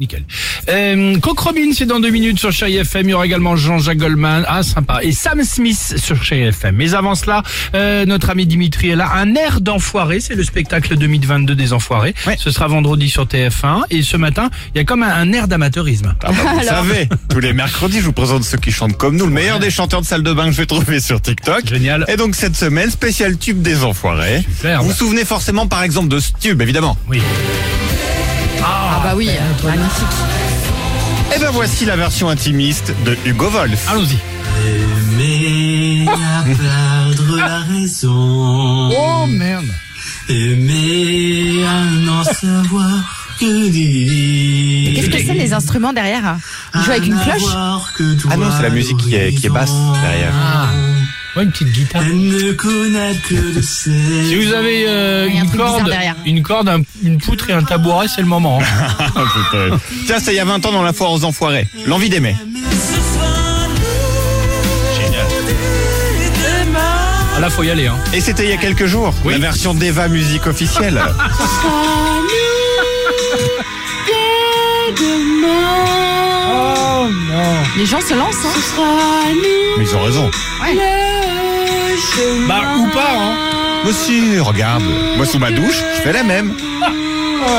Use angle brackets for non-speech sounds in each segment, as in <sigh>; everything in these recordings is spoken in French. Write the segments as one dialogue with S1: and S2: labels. S1: Nickel. Euh, Coq Robin, c'est dans deux minutes sur Chérie FM. Il y aura également Jean-Jacques Goldman. Ah, sympa. Et Sam Smith sur Chérie FM. Mais avant cela, euh, notre ami Dimitri est là. Un air d'enfoiré, c'est le spectacle 2022 des enfoirés.
S2: Ouais.
S1: Ce sera vendredi sur TF1. Et ce matin, il y a comme un, un air d'amateurisme.
S2: Ah bah, vous le savez, tous les mercredis, je vous présente ceux qui chantent comme nous, le meilleur des chanteurs de salle de bain que j'ai trouvé sur TikTok.
S1: Génial.
S2: Et donc cette semaine, spécial tube des enfoirés.
S1: Super,
S2: vous
S1: bah.
S2: vous souvenez forcément par exemple de ce tube, évidemment.
S1: Oui.
S3: Ah bah oui, magnifique.
S2: Et ben voici la version intimiste de Hugo Wolf.
S1: Allons-y.
S4: Aimer à perdre la raison.
S1: Oh merde.
S4: Aimer à n'en savoir que dire.
S3: Qu'est-ce que c'est les instruments derrière hein Ils jouent avec une cloche
S4: cloche
S2: Ah non, c'est la musique qui est- qui est basse derrière.
S1: Ah. Ouais, une petite guitare.
S4: Elle ne connaît que le sel.
S1: Si vous avez euh,
S3: Il y a un
S1: une,
S3: truc bizarre
S1: corde,
S3: derrière. hein.
S1: une corde, un- une poutre et un tabouret, c'est le moment. hein.
S2: <laughs> Ah, peut-être. Tiens, c'est il y a 20 ans dans la foire aux enfoirés. L'envie d'aimer. Génial.
S1: Ah, Là, faut y aller. Hein.
S2: Et c'était il y a quelques jours, la version d'Eva Musique officielle.
S1: Oh non.
S3: Les gens se lancent. Hein.
S2: Mais ils ont raison.
S1: Bah ou pas. Hein.
S3: Ah
S2: Monsieur, regarde, moi sous ma douche, je fais la même.
S1: Oh,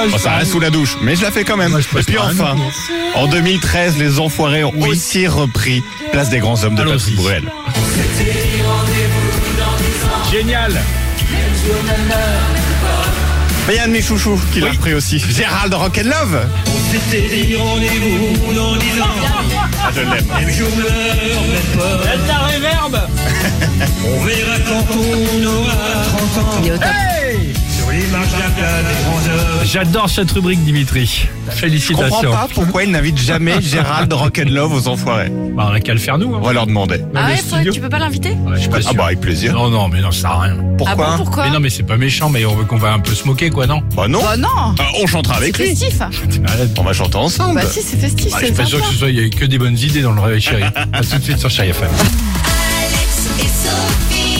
S2: Bon, ça reste sous la douche, mais je la fais quand même.
S1: Moi, je passe
S2: Et puis
S1: par un
S2: enfin, en 2013, les enfoirés ont
S1: Oui.
S2: aussi repris Place des grands hommes de
S1: Allons-y.
S2: Patrick Bruel.
S1: Génial.
S2: Mais il y a un de mes chouchous qui l'a repris aussi. Gérald Rock'n'Love. Ah, je l'aime.
S1: Delta Reverb.
S3: Il est au top.
S1: Euh, J'adore cette rubrique, Dimitri.
S2: Je comprends
S1: Félicitations.
S2: pas pourquoi il n'invite
S1: <laughs>
S2: jamais Gérald Rock'n'Love aux enfoirés.
S1: Bah, on a qu'à le faire nous. Hein.
S2: On va leur demander.
S1: Le
S3: Ah ouais, faut-
S1: studio.
S3: tu peux pas l'inviter
S1: Ouais, je suis pas sûr.
S2: Ah bah avec plaisir.
S1: Non, non, mais non, ça sert à rien.
S3: Ah
S2: Pourquoi
S3: bon, pourquoi
S1: mais non, mais c'est pas méchant, mais on veut qu'on va un peu se moquer, quoi, non
S2: Bah non.
S3: Bah non,
S2: Euh, on chantera
S3: c'est
S2: avec lui.
S3: festif.
S2: On va chanter ensemble.
S3: Bah si, c'est festif,
S1: Bah, je
S3: c'est
S1: suis pas sûr
S3: sympa.
S1: que ce soit
S2: <laughs>
S1: il y a que des bonnes idées dans le réveil chéri. à tout de suite sur Chéri FM.
S5: Alex et Sophie.